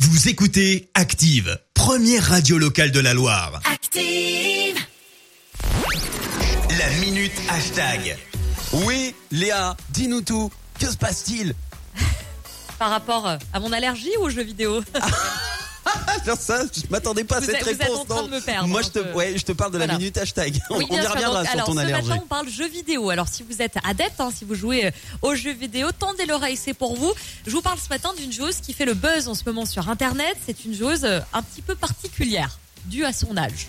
Vous écoutez Active, première radio locale de la Loire. Active. La minute hashtag. Oui, Léa, dis-nous tout. Que se passe-t-il Par rapport euh, à mon allergie ou aux jeux vidéo Ah, Faire ça, je m'attendais pas à Vous cette êtes- vous êtes réponse. en train non. de me perdre, Moi, un je te, peu. ouais, je te parle de la Voilà. minute hashtag. Oui, on bien y sûr. reviendra Donc, sur alors, ton ce allergie. matin, on parle jeux vidéo. Alors, si vous êtes adepte, hein, si vous jouez euh, aux jeux vidéo, tendez l'oreille, c'est pour vous. Je vous parle ce matin d'une joueuse qui fait le buzz en ce moment sur Internet. C'est une joueuse euh, un petit peu particulière, due à son âge.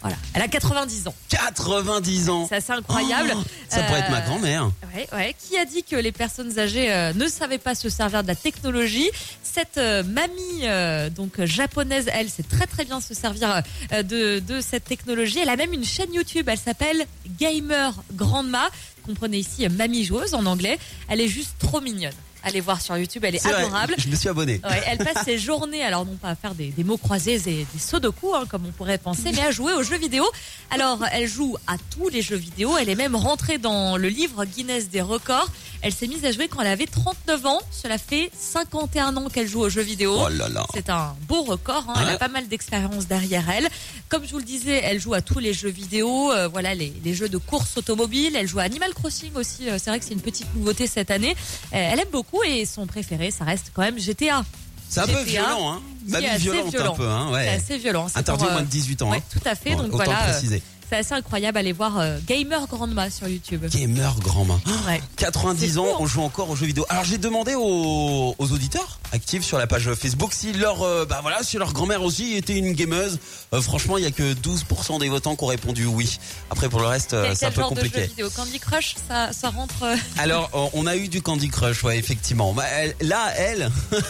Voilà, elle a 90 ans. 90 ans. C'est assez incroyable. Oh, ça pourrait être ma Euh, grand-mère. Ouais, ouais. Qui a dit que les personnes âgées euh, ne savaient pas se servir de la technologie Cette euh, mamie euh, donc euh, japonaise, elle sait très très bien se servir euh, de, de cette technologie. Elle a même une chaîne YouTube. Elle s'appelle Gamer Grandma. Comprenez ici euh, mamie joueuse en anglais. Elle est juste trop mignonne. Allez voir sur YouTube, elle est, C'est vrai, adorable. Je me suis abonné. Ouais, elle passe ses journées, alors non pas à faire des, des mots croisés et des sudoku, hein, comme on pourrait penser, mais à jouer aux jeux vidéo. Alors, elle joue à tous les jeux vidéo. Elle est même rentrée dans le livre Guinness des records. Elle s'est mise à jouer quand elle avait 39 ans. Cela fait 51 ans qu'elle joue aux jeux vidéo. Oh là là. C'est un beau record. hein. Elle a Ouais. pas mal d'expérience derrière elle. Comme je vous le disais, elle joue à tous les jeux vidéo. euh, voilà, les, les jeux de course automobile. Elle joue à Animal Crossing aussi. euh, c'est vrai que c'est une petite nouveauté cette année. Euh, elle aime beaucoup et son préféré, ça reste quand même GTA. C'est un peu GTA, violent, hein. c'est Mamie assez violente violent. un peu, hein. C'est Ouais. assez violent. c'est Interdit pour, aux euh, moins de 18 ans. ouais, hein. tout à fait. Bon, donc autant voilà, euh, préciser. c'est assez incroyable. Allez voir euh, Gamer Grandma sur YouTube. Gamer grand-mère. Ouais. 90 C'est ans, fou, hein. on joue encore aux jeux vidéo. Alors j'ai demandé aux, aux auditeurs actifs sur la page Facebook si leur euh, bah voilà si leur grand-mère aussi était une gameuse. Euh, franchement, il y a que 12% des votants qui ont répondu oui. Après pour le reste, euh, Quel- c'est un quel peu genre de jeu compliqué. vidéo Candy Crush, ça, ça rentre. euh, Alors euh, on a eu du Candy Crush, ouais effectivement. Bah, elle- là, elle,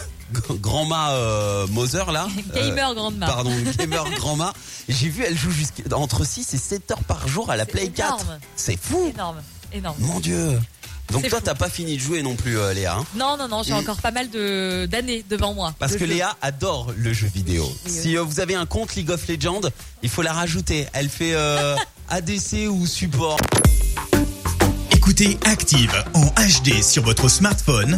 grand-ma euh, Moser là. euh, Gamer Grandma. Pardon, gamer grand-ma. J'ai vu, elle joue jusqu'à entre 6 et 7 heures par jour à la C'est Play 4. énorme. C'est fou. Énorme, énorme. Mon Dieu. Donc C'est toi, fou. t'as pas fini de jouer non plus, euh, Léa. hein Non, non, non, j'ai Mm. encore pas mal de d'années devant moi. Parce de que jeux. Léa adore le jeu vidéo. Hein. Oui, oui. Si euh, vous avez un compte League of Legends, il faut la rajouter. Elle fait euh, ADC ou support. Écoutez Active en HD sur votre smartphone,